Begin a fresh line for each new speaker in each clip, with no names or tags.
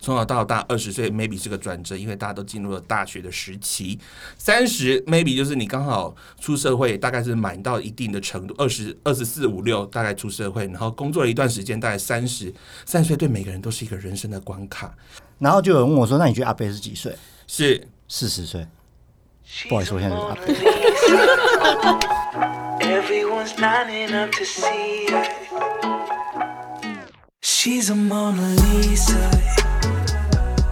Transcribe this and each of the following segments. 从小到大二十岁 maybe 是个转折，因为大家都进入了大学的时期。三十 maybe 就是你刚好出社会，大概是满到一定的程度，二十二十四五六大概出社会，然后工作了一段时间，大概三十三十岁对每个人都是一个人生的关卡。
然后就有人问我说：“那你觉得阿贝是几岁
是？”
四十岁。不好意思，我现在是阿贝。
Everyone's lining up to see her. She's a Mona Lisa.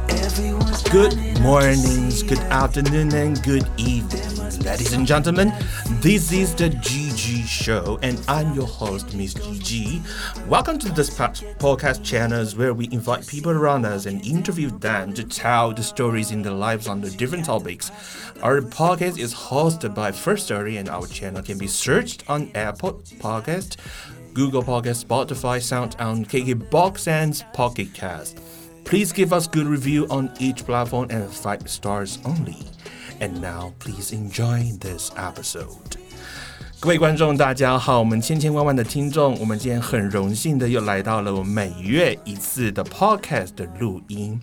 Everyone's
Good
lining
mornings, good afternoon, and good evening, ladies and gentlemen. This is the GG Show, and I'm your host, Miss GG. Welcome to this pod- podcast channels where we invite people around us and interview them to tell the stories in their lives on the different topics. Our podcast is hosted by First Story, and our channel can be searched on Apple Podcast, Google Podcast, Spotify, SoundOn, KK Box, and Pocket Cast. Please give us good review on each platform and five stars only. And now, please enjoy this episode. 各位观众，大家好！我们千千万万的听众，我们今天很荣幸的又来到了我们每月一次的 podcast 的录音，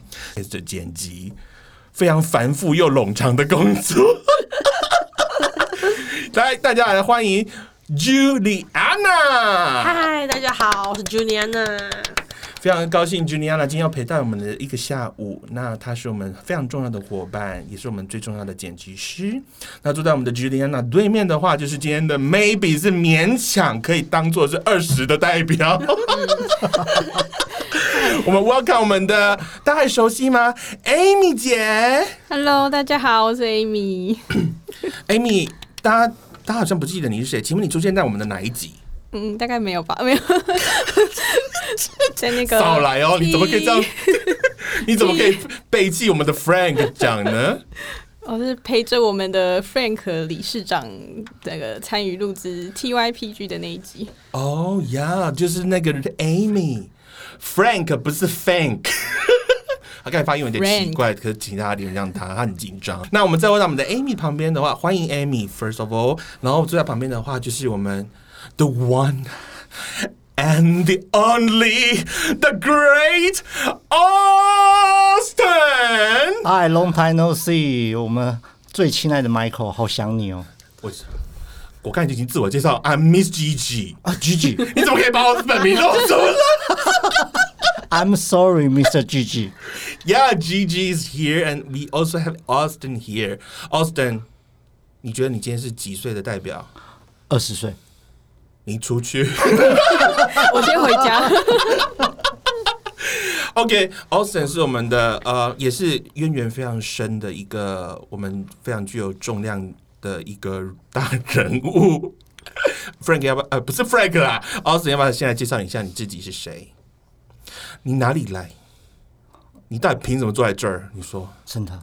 的剪辑，非常繁复又冗长的工作。 来，大家来欢迎 Juliana。
嗨，大家好，我是 Juliana。
非常高兴 Juliana 今天要陪伴我们的一个下午。那她是我们非常重要的伙伴，也是我们最重要的剪辑师。那坐在我们的 Juliana 对面的话，就是今天的 Maybe 是勉强可以当做是二十的代表。我们 welcome 我们的大家还熟悉吗？Amy 姐
Hello，大家好，我是 Amy。
，Amy，大家大家好像不记得你是谁，请问你出现在我们的哪一集？
嗯，大概没有吧，没有。 在那个
少来哦！你怎么可以这样？ 你怎么可以背弃我们的 Frank 讲呢？
我是陪着我们的 Frank 理事长那个参与录制 TYPG 的那一集。
哦呀，就是那个 Amy Frank 不是 Frank。他刚才发音有点奇怪，可是请大家原谅他，他很紧张。 那我们再回到我们的 Amy 旁边的话，欢迎 Amy first of all，然后坐在旁边的话就是我们 the one and the only the great Austin。
Hi, long time no see，我们最亲爱的 Michael，好想你哦。
我我刚才已经自我介绍，I'm Miss Gigi 啊，Gigi，你 怎么可以把我本名弄错了？
I'm sorry, Mr. Gigi。
Yeah, Gigi is here, and we also have Austin here. Austin，你觉得你今天是几岁的代表？
二十岁，
你出去。
我先回家。
OK，Austin、是我们的呃，也是渊源非常深的一个，我们非常具有重量的一个大人物。Frank 要不要呃不是 Frank 啦，Austin 要不要先来介绍一下你自己是谁？你哪里来？你到底凭什么坐在这儿？你说，
真的，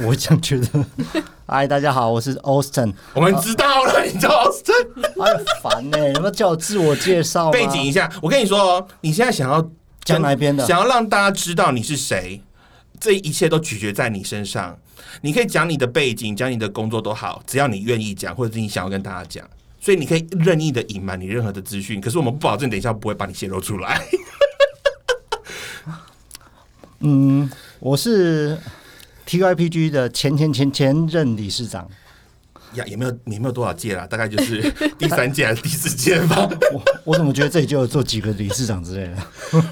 我这样觉 得。嗨，大家好，我是 Austin。
我们知道了，你叫 Austin。
哎呦，烦呢、你们叫我自我介绍吗
背景一下。我跟你说哦，你现在想要
讲哪一边的
想要让大家知道你是谁，这一切都取决在你身上。你可以讲你的背景，讲你的工作都好，只要你愿意讲，或者是你想要跟大家 讲。所以你可以任意的隐瞒你任何的资讯，可是我们不保证等一下不会把你泄露出来。
嗯，我是 TYPG 的前前前前任理事长。
呀，也没有也没有多少届啦，大概就是第三届还是第四届 吧。
我我怎么觉得这里就有做几个理事长之类的？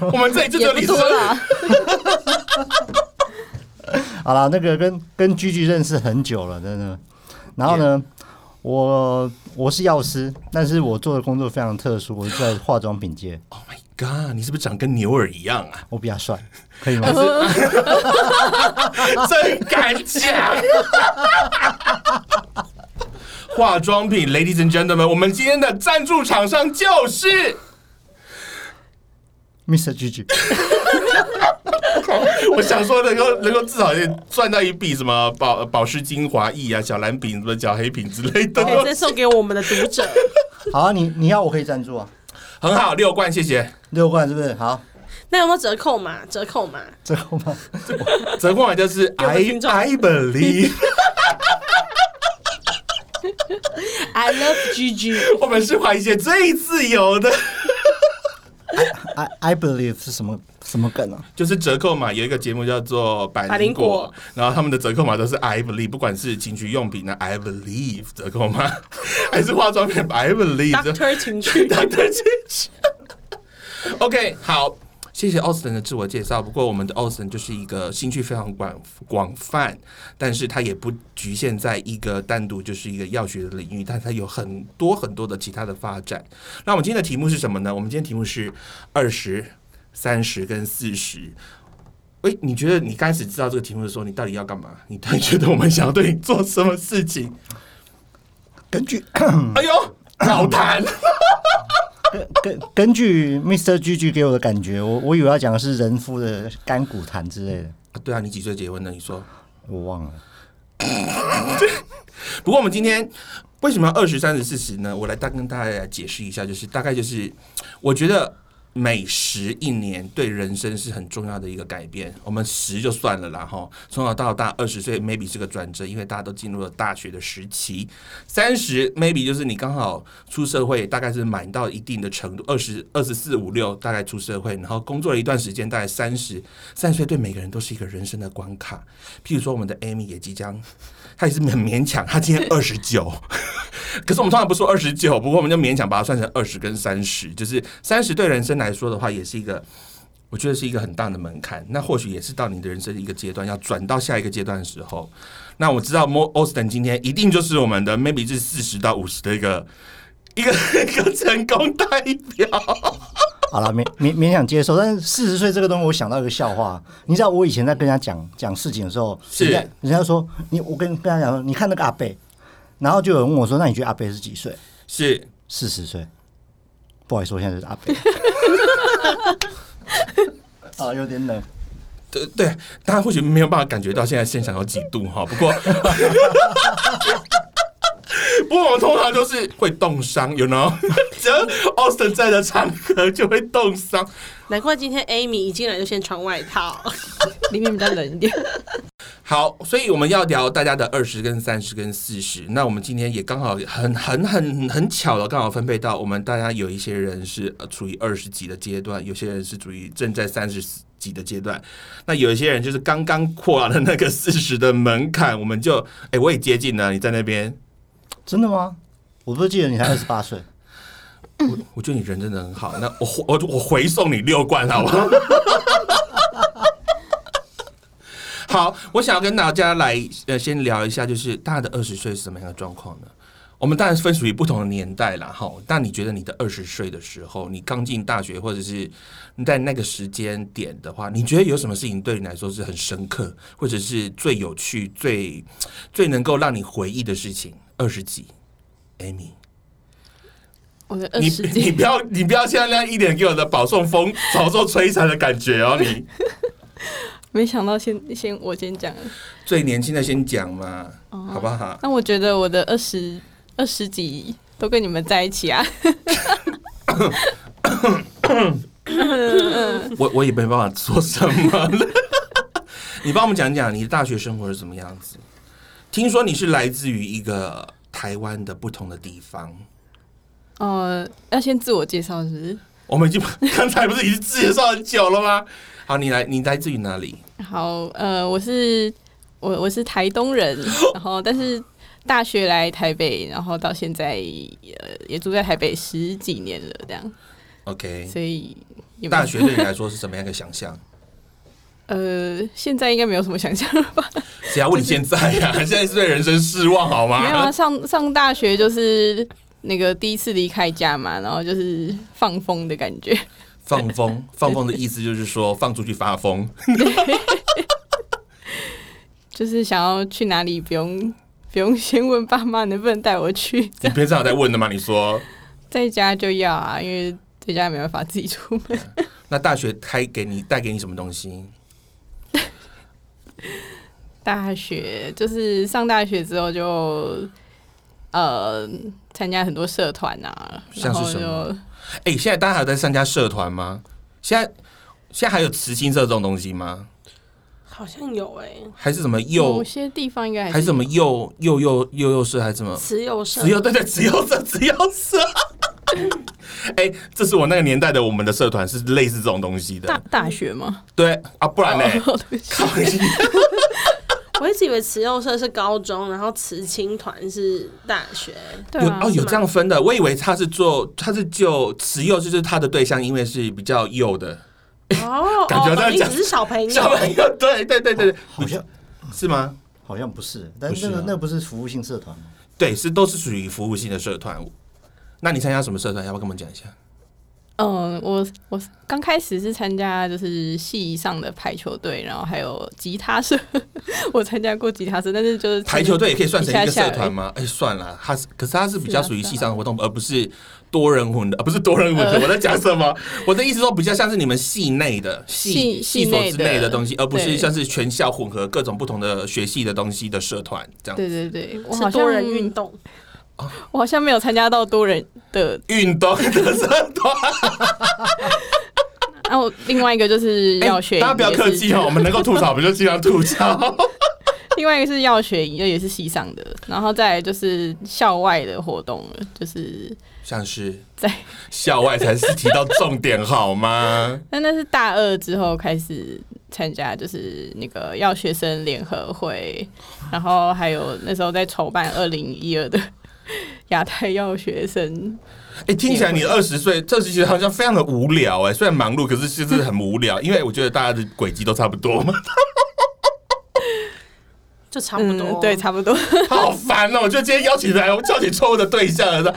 我 们这里就只
也
有
不
你
多
说，
啦，
好啦，那个跟跟居居认识很久了，真的。然后呢我我是药师，但是我做的工作非常特殊，我是在化妆品界，
Oh my god，你是不是长跟牛耳一样啊？
我比较帅，可 以吗？
真敢讲！化妆品，ladies and gentlemen，我们今天的赞助厂商就是
Mr. 居居，
我想说能够能够至少也赚到一笔什么保保湿精华液啊、小蓝瓶、什么小黑瓶之类的，
对，这送给我们的读者。
好、啊，你你要我可以赞助啊，
很好，六罐，谢谢。
六罐是不是？好，
那有没有折扣码？折扣码？
这个吗？
折扣码就是 I
个听众
I believe，
I love GG。
我们是怀一些最自由的。
I I believe 是什么什么梗啊？
就是折扣码有一个节目叫做百
百
灵
灵
果，
果
然后他们的折扣码都是 I believe，不管是情趣用品的 I believe 折扣码， 还是化妆品 I believe 折
Doctor 情趣
Doctor 情趣。OK，好，谢谢 Austin 的自我介绍。不过我们的 Austin 就是一个兴趣非常广广泛，但是他也不局限在一个单独就是一个药学的领域，但他有很多很多的其他的发展。那我们今天的题目是什么呢？我们今天题目是二十、三十跟四十。诶，你觉得你刚开始知道这个题目的时候，你到底要干嘛？你到底觉得我们想要对你做什么事情？
根据
哎呦， 老谭，
根根根据 Mr. G G 给我的感觉，我我以为要讲的是人夫的干骨痰之类的，
啊对啊，你几岁结婚的？你说。
我忘了。
不过我们今天为什么要二十、三十、四十呢？我来大跟大家来解释一下，就是大概就是，我觉得每十一年对人生是很重要的一个改变。我们十就算了啦，哈，从小到大二十岁 maybe 是个转折，因为大家都进入了大学的时期。三十 maybe 就是你刚好出社会，大概是满到一定的程度，二十二十四五六大概出社会，然后工作了一段时间，大概三十三十岁对每个人都是一个人生的关卡。譬如说，我们的 Amy 也即将他也是很勉强，他今天二十九，可是我们通常不说二十九，不过我们就勉强把它算成二十跟三十，就是三十对人生来说的话，也是一个。我觉得是一个很大的门槛，那或许也是到你的人生的一个阶段，要转到下一个阶段的时候。那我知道 Mo Austin 今天一定就是我们的 maybe 是四十到五十的一个一个一个成功代表。
好了，勉勉勉强接受。但是四十岁这个东西，我想到一个笑话。你知道我以前在跟人家讲讲事情的时候，
是
人家人家说你，我跟跟他讲说，你看那个阿贝，然后就有人问我说，那你觉得阿贝是几岁？
是，
四十岁。不好意思，我现在就是阿 贝。啊，有点冷。
对对，大家或许没有办法感觉到现在现场有几度哈，不过，不过我们通常都是会冻伤，you know，只要 Austin 在的场合就会冻伤。
难怪今天 Amy 一进来就先穿外套。
里面比较冷一点。
好，所以我们要聊大家的二十跟三十跟四十。那我们今天也刚好很很很很巧的，刚好分配到我们大家有一些人是呃处于二十几的阶段，有些人是处于正在三十几的阶段，那有一些人就是刚刚跨了那个四十的门槛，我们就哎、我也接近了，你在那边，
真的吗？我不是记得你才二十八岁。
我我觉得你人真的很好，那我我我回送你六罐好不好？ 好，我想要跟大家来呃先聊一下，就是大家的二十岁是什么样的状况呢？我们当然分属于不同的年代啦，哈。但你觉得你的二十岁的时候，你刚进大学，或者是你在那个时间点的话，你觉得有什么事情对你来说是很深刻，或者是最有趣、最最能够让你回忆的事情？二十几，Amy。
我的二
你
十
你
几，
不要你不要现在那样一脸给我的饱受风饱受摧残的感觉哦！你
没想到先先我先讲了。
最年轻的先讲嘛，
哦
好不 好？
那我觉得我的二十二十几都跟你们在一起啊，
我我也没办法说什么了。 你帮我们讲讲你的大学生活是怎么样子？听说你是来自于一个台湾的不同的地方，
呃，要先自我介绍是不是？
我 们已经刚才不是已经自介绍很久了吗？好，你来，你来自于哪里？
好，呃，我是我我是台 东人，然后但是大学来台北，然后到现在呃也住在台北十几年了，这样，
OK，
所以有没有
哎大学对你来说是什么样一个想象？
呃现在应该没有什么想象了吧？
谁要问你现在呀、 现在是对人生失望好吗？
没有啊，上上大学就是那个第一次离开家嘛，然后就是放风的感觉，
放风，放风的意思就是说放出去发 疯。
就是想要去哪里不用不用先问爸妈能不能带我去，
你平常有在问的吗？你说，
在家就要啊，因为在家没办法自己出门。
那大学开给你带给你什么东西？
大学就是上大学之后就呃参加很多社团啊，
像是什么
然后就
哎、现在大家还有在参加社团吗？现在现在还有慈心社这种东西吗？
好像有哎、
还是什么
某
幼？
些地方应该还
还是什
有
么幼幼幼幼幼社？还是什么？
慈幼社
慈幼对对，慈幼社，慈幼社。 哎、这是我那个年代的我们的社团是类似这种东西
大
的，
大学吗？
对啊，不然呢？
哦对不起
靠你
我一直以为慈幼社是高中，然后慈青团是大学。
对
有
啊，
哦，有
吗
这样分的，我以为他是做，他是就慈幼，就是他的对象，因为是比较幼的
哦，
感觉
哦
在
你
讲
只是小朋友，
小朋友，对对对对对，
嗯哦好像
是吗？
好像不是，但
不是
是那个
啊
那个不是服务性社团吗？
对，是都是属于服务性的社团。那你参加什么社团？要不要跟我们讲一下？
嗯，我我刚开始是参加就是系上的排球队，然后还有吉他社， 我参加过吉他社，但是就是
排球队也可以算成一个
下下
社团吗？哎，算了，它是，可是它是比
是啊
较属于系上活动，而不是多人混的，啊不是多人混的。我在讲什 么？我的意思说，比较像是你们系内的系
系
系
系
所
内
之类的
的
东西，而不是
对
像是全校混合各种不同的学系的东西的社团这样。
对对对，我好
是
像
多人运，动。
我好像没有参加到多人的。
运动的社团，
然后另外一个就是
哎
药学营，
大家不要
也
客
是
气哦，我们能够吐槽，我们就尽量吐槽。
另外一个是药学营，也是系上的，然后再来就是校外的活动了，就是
像是
在
校外才是提到重点好吗？
那那是大二之后开始参加，就是那个药学生联合会，然后还有那时候在筹办二零一二的亚太药学生，
哎、听起来你二十岁，这其实好像非常的无聊哎、虽然忙碌，可是就是很无聊，因为我觉得大家的轨迹都差不多嘛，
就差不多、
嗯，对，差不多。
好烦哦、我觉得今天邀请来，我邀请错误的对象了。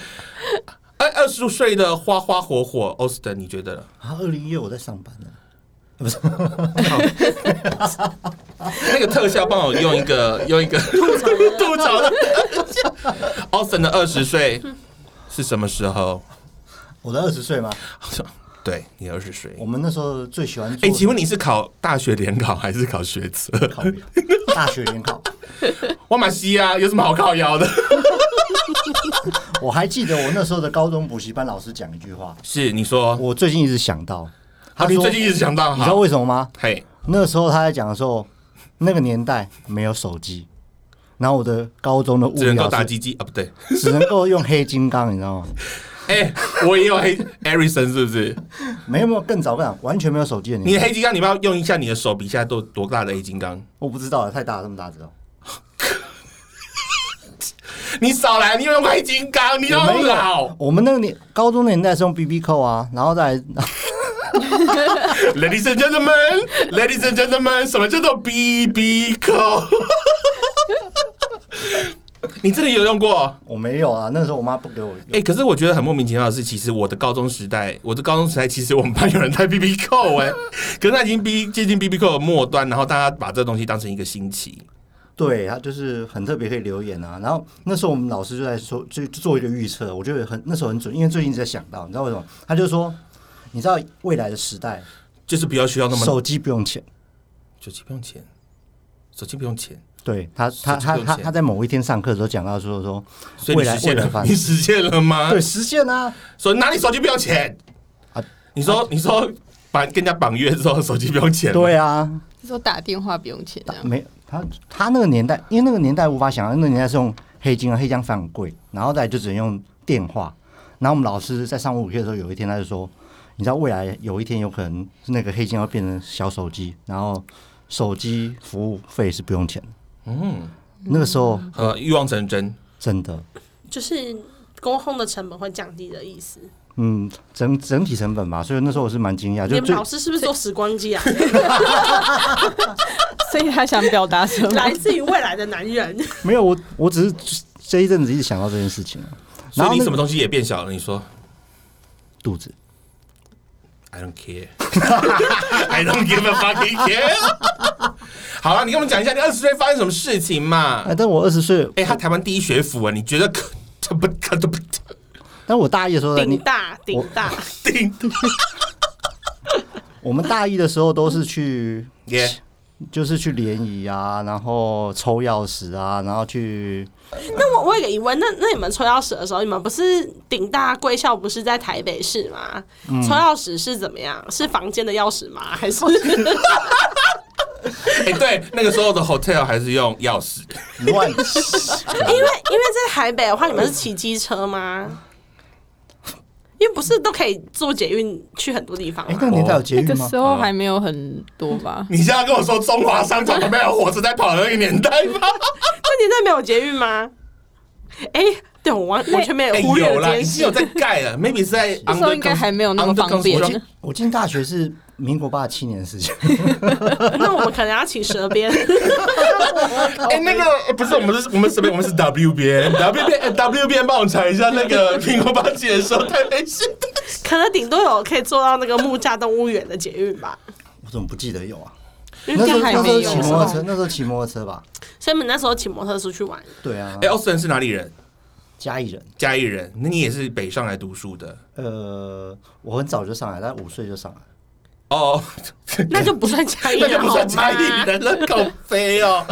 哎，二十岁的花花火火，Austin，你觉得呢？
啊，二零一我在上班呢，
那个特效帮我用一 个用一个吐槽的 Austin 的二十岁是什么时 候？
我的二十岁嘛，
对你二十岁。
我们那时候最喜欢
哎、
做
请问你是考大学联考还是考学测？
考虑大学联考。
我马西啊，有什么好靠腰 的？
我还记得我那时候的高中补习班老师讲一句话，
是你说，
我最近一直想到，
好，
他
啊你
说
最近一直想到，
你知道
好，
为什么吗？
嘿，
那时候他在讲的时候，那个年代没有手机，然后我的高中的物
只
理
能够打
老师
鸡鸡啊，不对，
只能够用黑金刚，你知道吗？
哎、我也有黑 e r i s o n 是不是？
没有没有更早更早，完全没有手机的
你
年
的
代，
黑金刚，你要不要用一下你的手比一下多多大的黑金刚？
我不知道啊，太大了，这么大知道。
你少来，你有用黑金刚，你
我
要
们
老，
我们那个年高中那年代是用 BB 扣啊，然后再来
，Ladies and gentlemen，Ladies and gentlemen，什么叫做 BB 扣？ 你真的有用过？
我没有啊，那时候我妈不给我用
哎、可是我觉得很莫名其妙的是，其实我的高中时代，我的高中时代，其实我们班有人戴 BB 扣哎、可是他已经 B 接近 BB 扣的末端，然后大家把这东西当成一个新奇。
对他就是很特别，可以留言啊。然后那时候我们老师就在说，就就做一个预测，我觉得很那时候很准，因为最近一直在想到，你知道为什么？他就说，你知道未来的时代，
就是不要需要那么
手机不用钱。
手机不用钱，手机不用钱，
对他，他
手机不
他
用
他
钱
他在某一天上课的时候讲到说说
所以
未
你
来
实现
未来
了
发，
你实现了吗？
对实现啊，
说哪里手机不用钱？
啊
你说你说把跟人家绑约之后，手机不用钱？
对啊，
就说打电话不用钱啊这样，
没他他那个年代，因为那个年代无法想象，那个年代是用黑金啊，黑金非常贵，然后再来就只能用电话。然后我们老师在上物理课的时候，有一天他就说，你知道未来有一天有可能那个黑金要变成小手机，然后手机服务费是不用钱的。嗯，那个时候
呃，欲望成真。
真的，
就是沟通的成本会降低的意思。
嗯，整整体成本吧，所以那时候我是蛮惊讶，
你
就
们
最
老师是不是做时光机啊？
所以他想表达什么？
来自于未来的男人，
没有我，我只是这一阵子一直想到这件事情啊，
所
然后
以你
那
什么东西也变小了？你说
肚子。
I don't care, I don't give a fucking care。好 了，你跟我们讲一下你二十岁发生什么事情嘛？
哎，但我二十岁，
哎、他台湾第一学府啊，你觉得可这不可这不
但我大一的时候在
顶
念，
大顶大，
定
我们大一的时候都是去，
耶
就是去联谊啊，然后抽钥匙啊，然后去，
那我我有个疑问，那那你们抽钥匙的时候，你们不是顶大贵校不是在台北市吗？
嗯
抽钥匙是怎么样？是房间的钥 匙吗？还是
哎、对，那个时候的 hotel 还是用钥匙，
一万，
因为因为在台北的话，你们是骑机车吗？因为不是都可以坐捷运去很多地方
哎、那
吗？
个年代有捷
那个
运吗
时？候还没有很多吧？
你现在跟我说中华商场旁边有火车在跑的那个年代 吗？
那年代没有捷运吗？哎、对我完完全没有
哎
忽略
有啦，
了这
已
件
经有
事。
在盖了，maybe 是在
那时候应该还没有啊那么方便
underconstruction-
我进我进大学是民国八十七年的事情，
那我们可能要请蛇鞭，
哎、那个、呃不是我们是，我们随便，我们是 W 边 W 边、呃 W 边，帮我查一下那个苹果八七的时候台北市的。
可能顶多有可以坐到那个木栅动物园的捷运吧。
我怎么不记得有啊？
应
那时
该
候
还
那时
没
候
有啊
骑摩托车，那时候骑摩托车吧？
所以你们那时候骑摩托车出去 玩，
对啊
哎、，奥斯人是哪里人？
嘉义人。
嘉义人。那你也是北上来读书的
呃，我很早就上来，大概五岁就上来。
哦，
那就不算嘉义
那就
人
不
好
算嘉义
吗？
人了，狗飞 哦。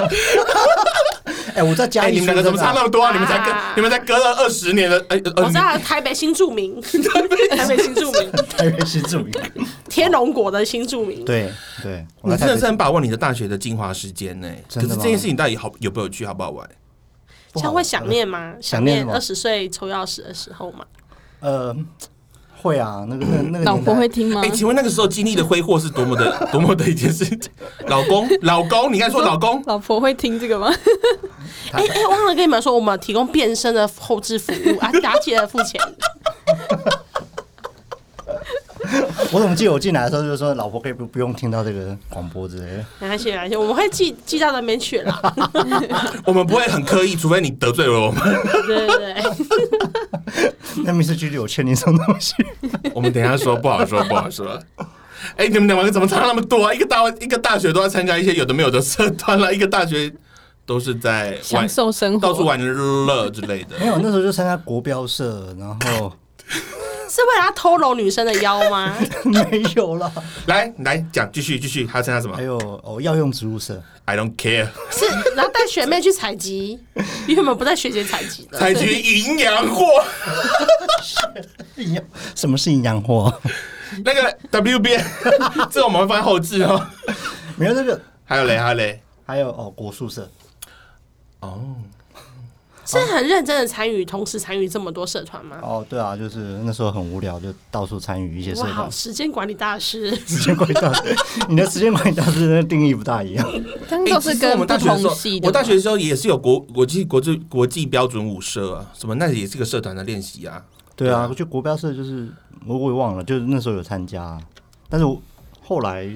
哎、我在嘉
哎、
义
你
出
们
生
两个怎
的啊、
么差那么多啊？你们才隔
啊，
你们才隔了二十年的，哎、呃
我知道台北新住 民，台北新住民，
台北新住民。
天龙国的新住民。
对对，我
你
来
真
台
的是
北
很把握你的大学的精华时间呢、可
真的
是
吗
这件事情到底好有没有趣，好不好玩？嗯
不
这
好
样会想念吗？
想念
念
什么
二十岁抽钥匙的时候吗？
呃，会啊，那个那个那个
老
年
婆
代
会听吗
哎、？请问那个时候经历的挥霍是多么的多么的一件事情？ 老公，老公，你刚才说老公，
老婆会听这个吗？
哎 哎，忘了跟你们说，我们有提供变身的后置服务啊，大家记得付钱。
我怎么记得我进来的时候就是说，老婆可以不不用听到这个广播之类的。
没关系，没关系，我们会寄寄到那边去啦。
我们不会很刻意，除非你得罪了我们。
对对对，
那 Mr. G 我欠你什么东西？
我们等一下说，不好说，不好说。 哎、你们两个怎么差那么多啊？一个大一个大学都要参加一些有的没有的社团啊啦，一个大学都是在玩
享受生活，
到处玩乐之类的。
没有，那时候就参加国标社，然后
是为了要偷搂女生的腰 吗？
没有了。
来来讲，继续继续，还要参加什么
还有哦，药用植物社，
？I don't care。
是，然后带学妹去采集，因为我们不带学姐采集的。
采哦集营养 货，
营养什么是营养货？
那个 W B，这我们会放在后置哦。
没有这个，
还有嘞，还有嘞，
还有哦，国术社。
是很认真的参与，同时参与这么多社团吗？
哦，对啊，就是那时候很无聊，就到处参与一些社
哇，
团。
时间管理大师，
时间管理大师，你的时间管理大师的定义不大一样。
但
欸
都
其
是
实我
跟
们
不
大学的时
同
候
系，的嘛。
我大学的时候也是有国国际国际国际标准舞社啊，什么那也是个社团的练习啊。
对啊，我觉得国标社就是我我也忘了，就是那时候有参加啊，但是我后来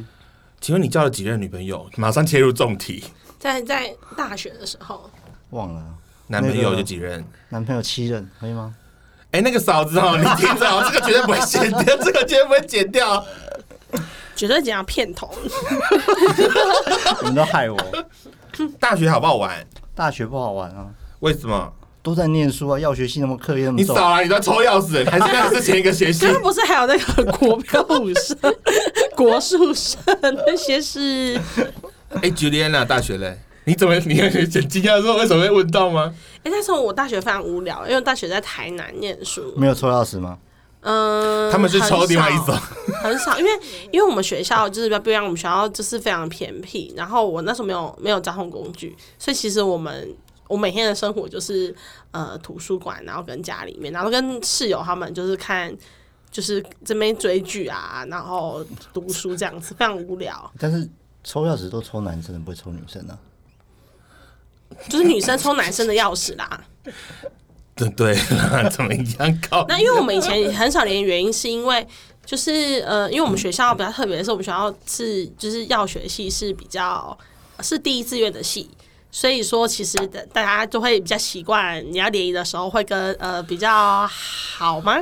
请问你交了几任女朋友？马上切入重题，
在在大学的时候，
忘了
男朋友
那
就
个
几任？
男朋友七任可 以吗？
哎、那个嫂子哦，你听着哦，这 个绝对不会剪掉， 这个绝对不会剪掉。
绝对讲片头。
你们都害我，
大学好不好玩？
大学不好玩啊，
为什么？
都在念书啊，药学系那么课业那么
你
重
少，来，你都在抽钥匙，还是那个是前一个学期
刚？刚不是还有那个国标舞社、 国术社那些是？
哎、j u l i a n a 大学嘞？你怎么你有点惊讶说为什么会问到吗？
哎、那时候我大学非常无聊，因为大学在台南念书。
没有抽钥匙吗？
嗯，
他们是抽另外一种
很少，很少，因为因为我们学校就是不一样，我们学校就是非常偏僻，然后我那时候没有没有交通工具，所以其实我们我每天的生活就是呃图书馆，然后跟家里面，然后跟室友他们就是看。就是这边追剧啊，然后读书这样子，非常无聊。
但是抽钥匙都抽男生的，不会抽女生的、啊。
就是女生抽男生的钥匙啦。
对 对啦，怎么样搞？
那因为我们以前也很少连，原因是因为就是呃，因为我们学校比较特别的是，我们学校是就是药学系是比较是第一志愿的系，所以说其实大大家都会比较习惯，你要联谊的时候会跟呃比较好吗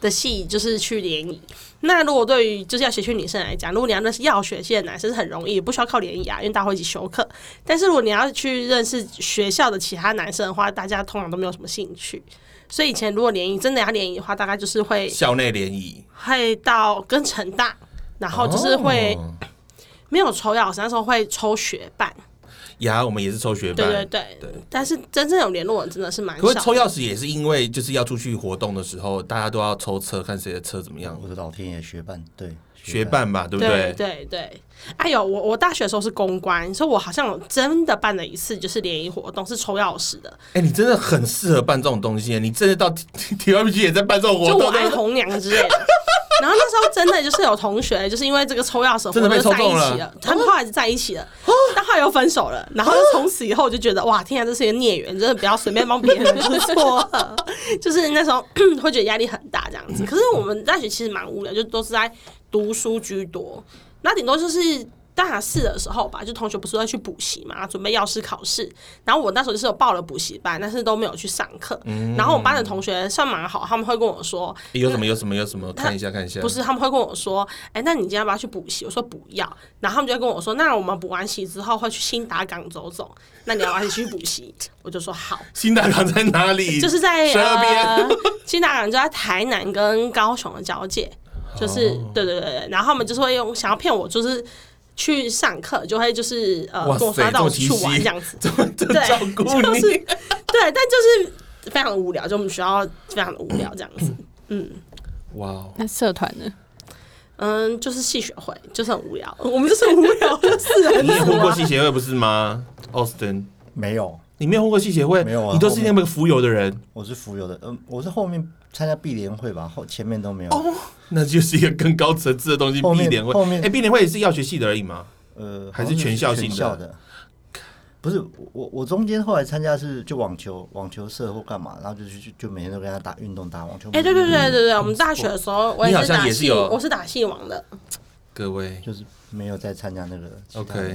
的系就是去联谊。那如果对于就是要学系女生来讲，如果你要认识药学系的男生是很容易，不需要靠联谊啊，因为大家会一起修课。但是如果你要去认识学校的其他男生的话，大家通常都没有什么兴趣。所以以前如果联谊真的要联谊的话，大概就是会
校内联谊，
会到跟成大，然后就是会
哦
没有抽钥匙，那时候会抽学伴，
呀，我们也是抽学
对对
班。
对
对
但是真正有联络人真的是蛮
可
少
是
的。
抽钥匙也是因为就是要出去活动的时候，大家都要抽车，看谁的车怎么样，
我的老天爷，学伴对
学伴吧，对不
对对对，哎呦，我我大学的时候是公关，所以我好像有真的办了一次就是联谊活动，是抽钥匙的，
哎、你真的很适合办这种东西，你真的到 T T Y P G 也在办这种活
就
动，
我爱
对不对
红娘之类的。 然后那时候真的就是有同学，就是因为这个抽钥匙活
真
动
的被抽
就在一
中了哦
起了，他们后来就在一起了，但后来又分手了。然后从此以后我就觉得哇，天啊，这是一个孽缘，真的不要随便帮别人出错。就是那时候嗯会觉得压力很大这样子。可是我们大学其实蛮无聊，就都是在读书居多。那顶多就是大四的时候吧，就同学不是会去补习嘛，准备药师考试。然后我那时候就是有报了补习班，但是都没有去上课。
嗯
然后我班的同学算蛮好，他们会跟我说，
有什么有什么有什么，看一下看一下。
不是，他们会跟我说，哎、那你今天要不要去补习？我说不要，然后他们就会跟我说，那我们补完习之后会去新达港走走，那你要不要一起去补习？我就说好，
新大港在哪里？
就是在
十二边。
呃， 新达港就在台南跟高雄的交界，就是、
哦
对对对对，然后他们就是会用想要骗我，就是。去上课就会就是呃，
哇
跟我说
塞
要带我
这么
去
清晰
玩这样子，
这么这么
对，
照顾
就
你，
是对，但就是非常无聊，就我们学校非常的无聊这样子。
哇 哦！
那社团呢？
嗯，就是戏学会，就是很无聊， 我们就是很无聊的四人
你也
组
混过
啊。
系协会不是吗？Austin，
没有，
你没有混过系协会，
没有啊
你都是那个浮游的人，
我是浮游的，嗯、我是后面参加碧联会吧，后前面都没有。
哦那就是一个更高层次的东西。
后面
毕联会，
后面
哎，毕联会也是药学系的而已嘛。
呃，
还是
好像
全校性的
全校的。不是我我我中间后来参加是就网球网球社或干嘛，然后就去就就每天都跟他打运动打网球。
哎、对对对对对，我们大学的时候，我
你好
是
像
打
也是
戏，
有
我是打戏王的。
各位
就是没有再参加那个其他的。
，OK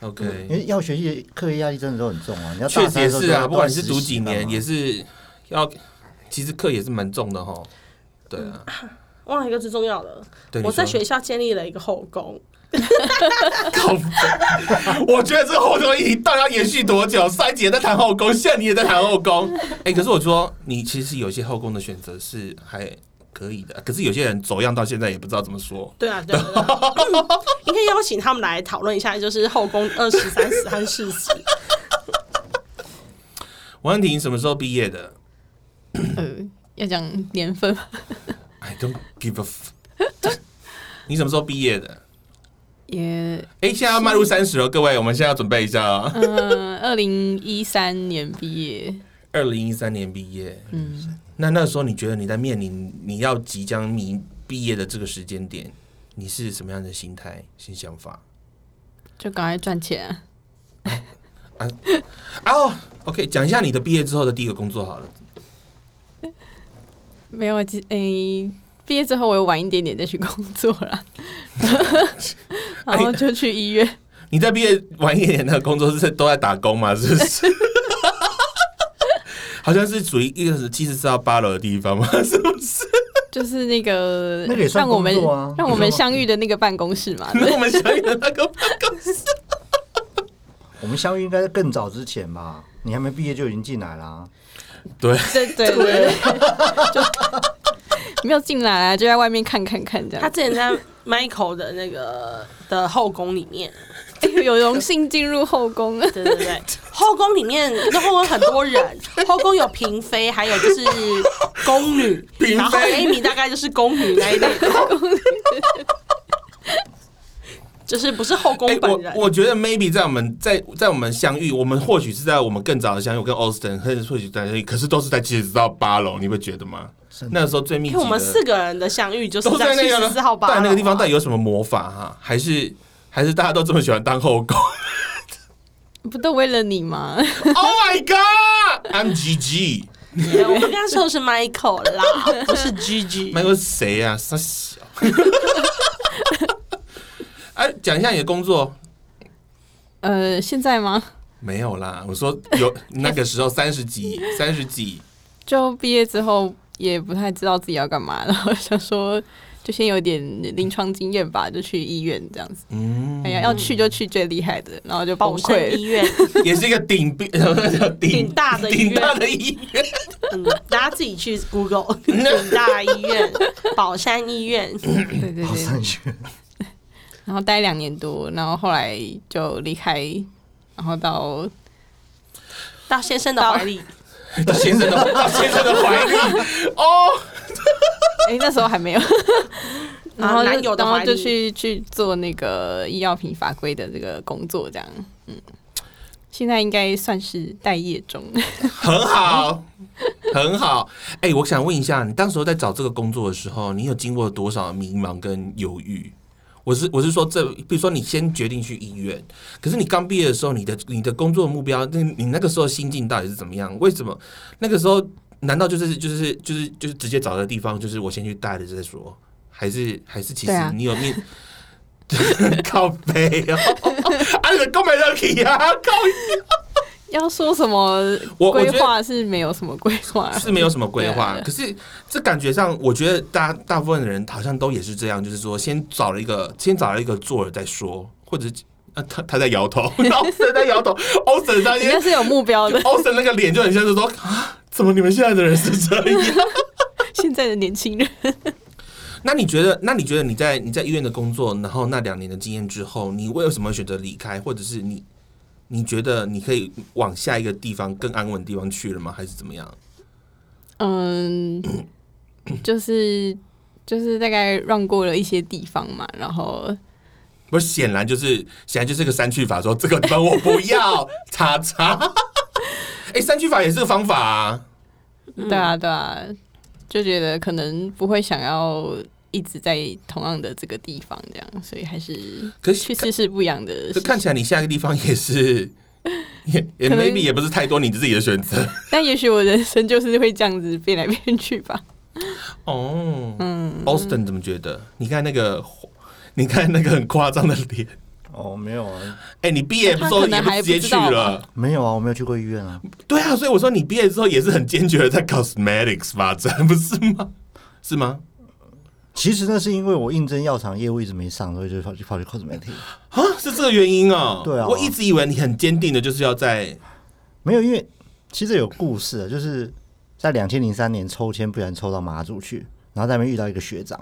因
OK，
为要学习课业压力真的都很重啊，嗯你要
确实也是啊，不管你
你
是读几年，也
是
是要，其实课也是蛮重的哈。对啊，
忘了一个最重要的，
对
我在
你说
学校建立了一个后宫，
靠谱！ 我觉得这后宫议题到底要延续多久？上一集也在谈后宫，现在你也在谈后宫。 哎、可是我说，你其实有些后宫的选择是还可以的，可是有些人走样到现在也不知道怎么说。
对啊，对啊，对 啊嗯应该邀请他们来讨论一下，就是后宫二十三十和四十。
王安婷什么时候毕业的
呃，要讲年份吗？
？I don't give a f 你什么时候毕业的？
也，
哎、现在要迈入三十了，各位，我们现在要准备一下啊。
嗯，二零一三年毕业，
二零一三年毕业，
嗯，
那那时候你觉得你在面临你要即将你毕业的这个时间点，你是什么样的心态、新想法？
就赶快赚钱啊、
哦、o k 讲一下你的毕业之后的第一个工作好了。
没有，啊其诶、毕业之后我有晚一点点再去工作啦，然后就去医院。
你在毕业晚一点的工作是都在打工吗？是不是？ 好像是属于一个是七十四到八楼的地方吗？ 是不是？
就是那个
那个也算
让我们
工作啊
让我们相遇的那个办公室 嘛，
那我们想你的那个办 公室，
我们相遇应该在更早之前吧？你还没毕业就已经进来啦、
对， 哎
对对对对，就没有进来啊，就在外面看看看这
他
样。
之前在 Michael 的那个的后宫里面，
哎有荣幸进入后宫，啊
对对对， 后宫里面那后宫很 多人，后宫有嫔妃，还有就是宫女，
嫔妃
然后 Amy 大概就是宫女那一 类的，就是不是后宫
哎，
本人。
我我觉得 maybe 在我们在在我们相遇，我们或许是在我们更早的相遇，我跟 Austin 或者或许在相遇，可是都是在七十四到八楼，你会觉得吗？那时候最密集
因
的，
为哎我们四个人的相遇就是
都在
七
那个
十四号啊吧，
在那个地方，到底有什么魔法哈、还是还是大家都这么喜欢当后宫？
不都为了你吗？
Oh my god! I'm GG。
对我们刚刚说的是 Michael 啦，不是 Gigi。
那个谁啊？傻小。哎，讲一下你的工作。
呃，现在吗？
没有啦，我说有那个时候三十几，三十几，
就毕业之后也不太知道自己要干嘛，然后想说就先有点临床经验吧，就去医院这样子。
嗯，
哎呀，要去就去最厉害的，然后就崩
宝
溃
山医
了。
院，
也是一个顶 病，
顶大的医院
顶大的医院。
嗯，大家自己去 Google 顶大医院、宝山医院，
对对
好
对，
上学，
然后待两年多，然后后来就离开然 后到
到先生的 怀里，
到先生的到先生的怀里哦，
哎、那时候还没有，然后就
啊男友的
然后
怀
就
里
去去做那个医药品法规的这个工作，这样，嗯，现在应该算是待业中。
很好，很好。哎、我想问一下，你当时候在找这个工作的时候，你有经过多少迷茫跟犹豫？我是我是说这，比如说你先决定去医院，可是你刚毕业的时候，你的你的工作目标，那你那个时候心境到底是怎么样？为什么那个时候难道就是就是就是就是直接找的地方，就是我先去待了再说，还是还是其实
对啊
你有面、 靠背哦，啊你都没得去啊，靠
要说什么
我我
规
觉得
划是没有什么规划，
是没有什么规划
对，啊
可是这感觉上，我觉得大大部分的人好像都也是这样，就是说先找了一个先找了一个做了再说，或者是啊他他在摇头，然后 Austin 在摇头，Austin 他。
应该是有目标的
Austin 那个脸就很像是说啊，怎么你们现在的人是这样？
现在的年轻人，
那你觉得那你觉得你在你在医院的工作，然后那两年的经验之后，你为什么选择离开，或者是你你觉得你可以往下一个地方更安稳的地方去了吗？还是怎么样？
嗯，就是就是大概让过了一些地方嘛，然后
不是，显然就是显然就是个删去法，说这个地方我不要，叉叉。 哎、删去法也是个方法啊。
对啊对啊，就觉得可能不会想要一直在同样的这个地方这样，所以还是
可是
去试试不一样的
可
事情。
看起来你下一个地方也是，也也
可能
maybe 也不是太多你自己的选择。
但也许我人生就是会这样子变来变去吧。
哦，嗯，Austin 怎么觉得？你看那个，你看那个很夸张的脸。
哦，没有啊，
哎、你毕业之后
他可
也
能
不
还
直接
不
去
知道
了，
没有啊，我没有去过医院啊。
对啊，所以我说你毕业之后也是很坚决的在 cosmetics 发展，不是吗？是吗？
其实那是因为我应征药厂业务一直没上，所以就跑去跑去 cosmetic。
啊，是这个原因哦。
对啊
我一直以为你很坚定的就是要在
没有，因为其实有故事的，就是在两千零三年抽签，不然抽到马祖去，然后在那边遇到一个学长，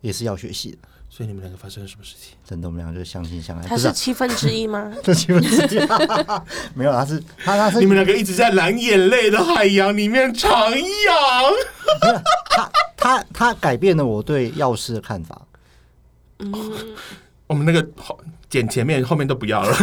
也是药学系的，
所以你们两个发生了什么事情？
真的我们俩就相亲相爱。
他
不是
是
啊、
七分之一吗？
这基本是 这样，没有，啊他是他他是
你们两个一直在蓝眼泪的海洋里面徜徉。
他他他改变了我对药师的看法。
我们那个后剪前面后面都不要了，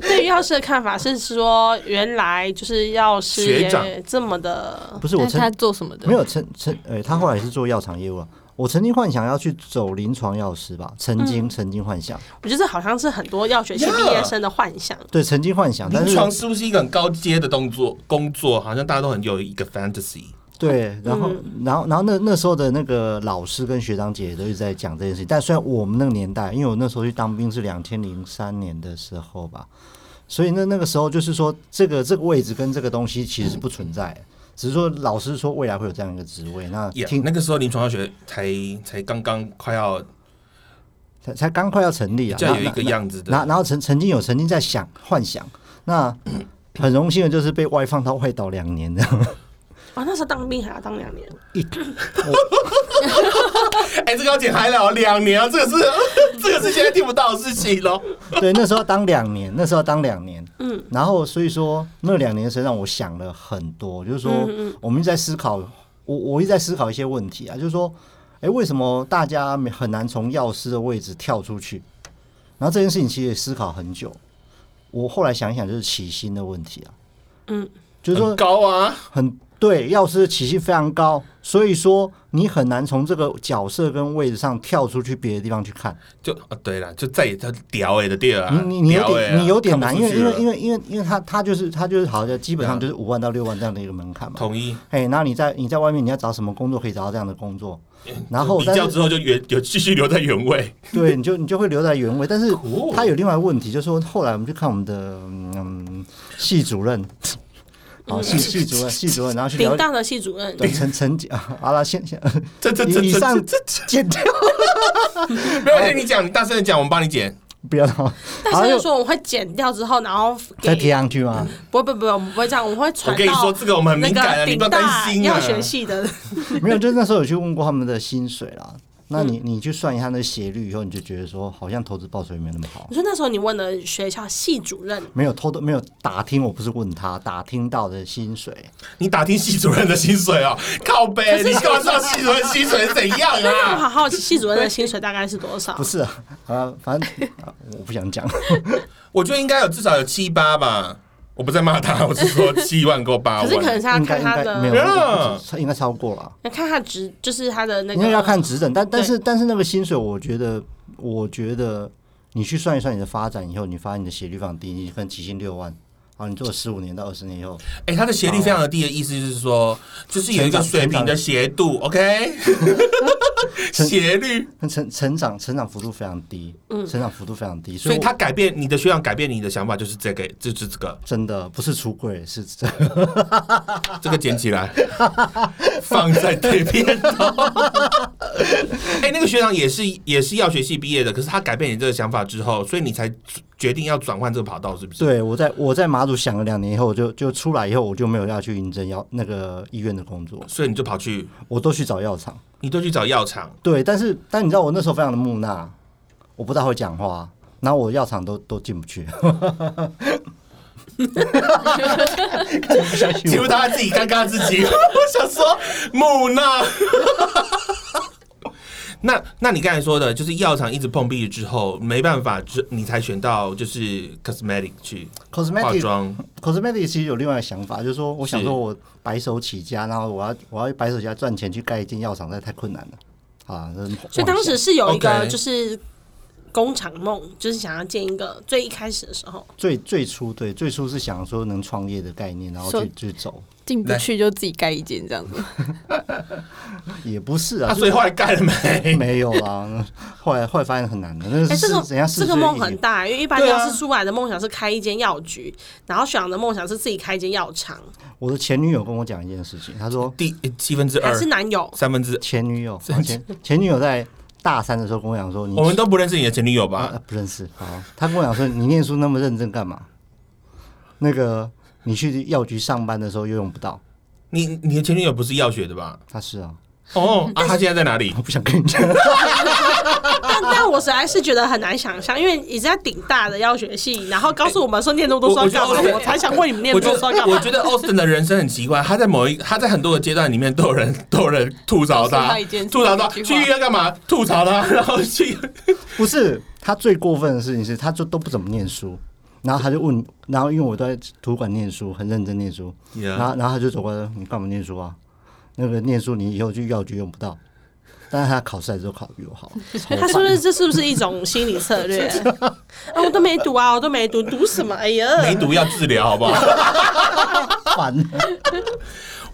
对于药师的看法是说，原来就是药师
学长
也这么的
不是我
但是
曾
他做什么的？
没有曾曾呃，他后来是做药厂业务啊。我曾经幻想要去走临床药师吧，曾经曾经幻想，
我觉得这好像是很多药学系
Yeah
毕业生的幻想。
对，曾经幻想，但
临
是
床是不是一个很高阶的动作工作？好像大家都很有一个 fantasy。
对，然后，然后，然后那那时候的那个老师跟学长姐也都一直在讲这件事情。但虽然我们那个年代，因为我那时候去当兵是两千零三年的时候吧，所以那那个时候就是说，这个这个位置跟这个东西其实是不存在的，只是说老师说未来会有这样一个职位。那
Yeah，
听
那个时候临床药学才才刚刚快要
才才刚快要成立啊，
这样有
那
一个
那
样子
然后
的。
然后曾曾经有曾经在想幻想， 那很荣幸的就是被外放到外岛两年这样。
啊，那时候当兵还要当两年，
哎、这个要剪还了两年啊，这个是 这个是现在听不到的事情喽。
对，那时候当两年，那时候当两年，嗯，然后所以说那两年身上我想了很多，就是说我们一直在思考，我我一直在思考一些问题啊，就是说，哎，为什么大家没很难从药师的位置跳出去？然后这件事情其实也思考很久，我后来想一想，就是起薪的问题啊，嗯，就是说
很高啊，
很对，药师的起薪非常高，所以说你很难从这个角色跟位置上跳出去别的地方去看。
就啊对了，就再也他屌哎的地儿啊，
你你你有
屌欸
点
啊
你有
看
点
不
难，因
出
为
去
因为
了啊
因为因为因为他他就是他就是好像基本上就是五万到六万这样的一个门槛嘛。
同意。
哎，那你在你在外面你要找什么工作可以找到这样的工作？然
哦
后
比
但
较
是
之后嗯就原有继续留在原位。
对你就你就会留在原位，但是
Cool
他有另外一个问题，就是说后来我们就看我们的嗯系主 任，好系系主任系主任，然后去
铃
了解
铛的系主任。
对陈陈姐啊，好了，先先
这这这
以以
这
上
这这这
剪掉，
没有，你讲，你大声的讲，我们帮你剪。
不要闹，
但是就是说我们会剪掉之后，然后
再
给
贴啊上去吗？
不不不，我们不会这样，我们会
我
传
跟你说，
到
这个我们很
那
敏感啊，
个
你
顶
不要担
大
心啊。
药学系的。
没有，就是那时候有去问过他们的薪水啦，那你你去算一下那斜率以后，你就觉得说，好像投资报酬也没有那么好
你。说那时候你问了学校系主任，
没有偷的，没有打听，我不是问他打听到的薪水，
你打听系主任的薪水哦，靠背，你干嘛知道系主任薪水怎样
那我
啊？
好好奇系主任的薪水大概是多少
不？是啊，啊，反正、 啊我不想讲。
我觉得应该有至少有七八吧，我不在骂他，我是说七万够八
可
万。
是可能是要
应该
看
应
他
该没有，
的，
Yeah
不止应该超过了，
要看他职，就是他的那
因为
个
要看职等，但但是但是那个薪水，我觉得我觉得你去算一算你的发展以后，你发现你的斜率非常低，你可能起薪六万，然后你做十五年到二十年以后，
哎、它的斜率非常的低的意思就是说，就是有一个水平的斜度，OK？斜率，
那成成长成长幅度非常低，
嗯
成长幅度非常低，
所以
我
它改变你的学长改变你的想法就是这个，就是这个，
真的不是出柜，是真的。
这个捡起来 放在对边 头。哎、那个学长也是也是药学系毕业的，可是他改变你这个想法之后，所以你才决定要转换这个跑道，是不是？
对我在我在马祖想了两年以后，我就就出来以后，我就没有要去应征药那个医院的工作，
所以你就跑去，
我都去找药厂。
你都去找药厂，
对，但是但你知道我那时候非常的木讷，我不大会讲话，然后我药厂都都进不去。 看你不相信
结
我
果他自己尴尬自己， 我想说木讷。 那那你刚才说的，就是药厂一直碰壁之后，没办法，就你才选到就是 cosmetic 去化
cosmetic
妆，
cosmetic 其实有另外的想法，就是说，我想
是
说我白手起家，然后我要我要白手起家赚钱去盖一间药厂，那太困难了啊！这是
所以当时是有一个
OK
就是工厂梦，就是想要建一个最一开始的时候，
最最初对最初是想说能创业的概念，然后
所
去
以
去走，
进不去就自己盖一间这样子。
也不是
啊，
啊，
所以后来盖了没？
没有啦。后来后来发现很难的，那
哎、
是
这
怎样？
个这个梦很大，因为一般
对
药
啊
师出来的梦想是开一间药局，然后学长的梦想是自己开一间药厂，
我的前女友跟我讲一件事情，她说
第呃七分之
还
二
是、男友？
三分之，
前女友，啊前前女友在大三的时候跟我讲说，你
我们都不认识你的前女友吧？
啊不认识，好，她跟我讲说，你念书那么认真干嘛？那个你去药局上班的时候游泳不到，
你你的前女友不是药学的吧？
她是啊，
哦，啊，她现在在哪里？
我不想跟你讲，
但但我实在是觉得很难想象，因为你在顶大的药学系，然后告诉我们说念那么多
我
书要
我
干嘛
觉，得
我才想问你们念
我
那么
觉
多书要
得
干
我
嘛
觉。得 Austin 的人生很奇怪，他在某一他在很多的阶段里面都有人都有人吐槽
都是
他
他一件，事
吐槽他
一句话
去医院干嘛？吐槽他，然后去
不是，她最过分的事情是，她就都不怎么念书。然后她就问，然后因为我都在图书馆念书，很认真念书，
啊
然后然后她就走过来说，你干嘛念书啊？那个念书你以后去药局用不到，但是她考试还是都考得比我好，超
哎他
烦
说的这是不是一种心理策 略？啊，我都没读啊，我都没读，读什么？哎呀，
梅毒要治疗，好不好？
烦。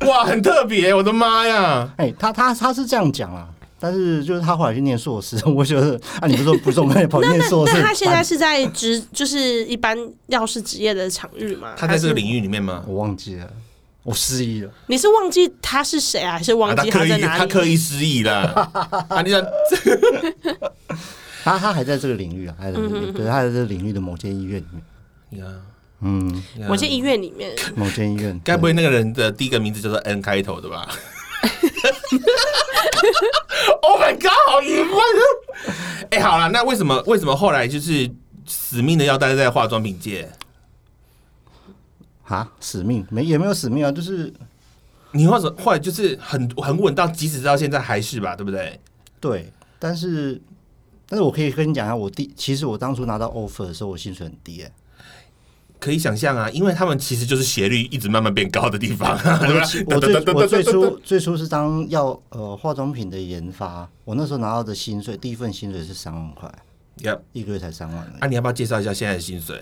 哇，很特别，我的妈呀！
哎、他他他是这样讲啊，但是就是他后来去念硕士， 我觉得啊，你不是说不重要，跑去念
哦
硕士，
那他现在
烦
是在职，就是一般药师职业的场域吗？
他在这个领
域，
域里面吗？
我忘记了，我失忆了，
你是忘记他是谁啊，还是
啊
忘
他
记他
刻
在
意
哪里？
他刻意失忆 了。啊，你想
他他还在这个领域啊，还在这个领
嗯
域，对，他还在这个领域的某间医院里面，
你看，
嗯，
你看
我进医院里面，
某间医院，
该不
对
会那个人的第一个名字叫做 N 开头的吧 ？Oh my god，好淫乱啊！哎、好了，那为什么为什么后来就是死命的要待在化妆品界？
啊使命没也没有使命啊，就是
你或者后来就是很很稳到，即使到现在还是吧，对不对？
对，但是但是我可以跟你讲一下，啊我第其实我当初拿到 offer 的时候，我薪水很低、哎，
可以想象啊，因为他们其实就是斜率一直慢慢变高的地方，啊对吧？
我最我最初最初是当药呃化妆品的研发，我那时候拿到的薪水，第一份薪水是三万块，
Yep
一个月才三万而已
啊，你要不要介绍一下现在的薪水？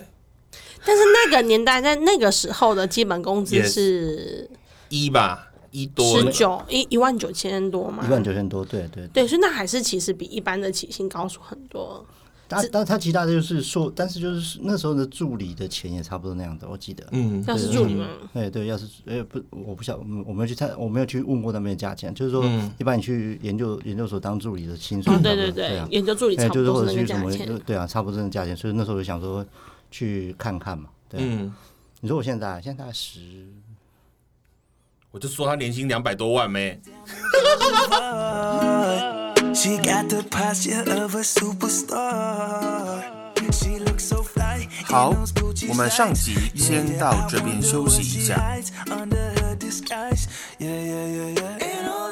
但是那个年代，在那个时候的基本工资
Yes
是
一吧，一多
十九一一万九千多嘛
一，万九千多，对对。
对，所以那还是其实比一般的起薪高出很多。
但但他其他的就是说，但是就是那时候的助理的钱也差不多那样的，我记得。
嗯，
要是助理嘛，
哎，对，要是呃不，我不晓，嗯我没有去探，我没有去问过那边的价钱，就是说，一般你去研究研究所当助理的薪水差
哦
不多，
对对对
啊，，
研究助理
哎，
差
就
不
是或
多
者
是那
去什
个价
么，
钱。
对啊，差不多这个价钱，所以那时候我就想说去看看嘛，对啊。
嗯，
你说我现在现在大概十
我就说他年薪两百多万没。
She got the posture of a superstar. She looks so fly.
好，我们上集先到这边休息一下。
Under her disguise. Yeah, yeah, yeah, yeah.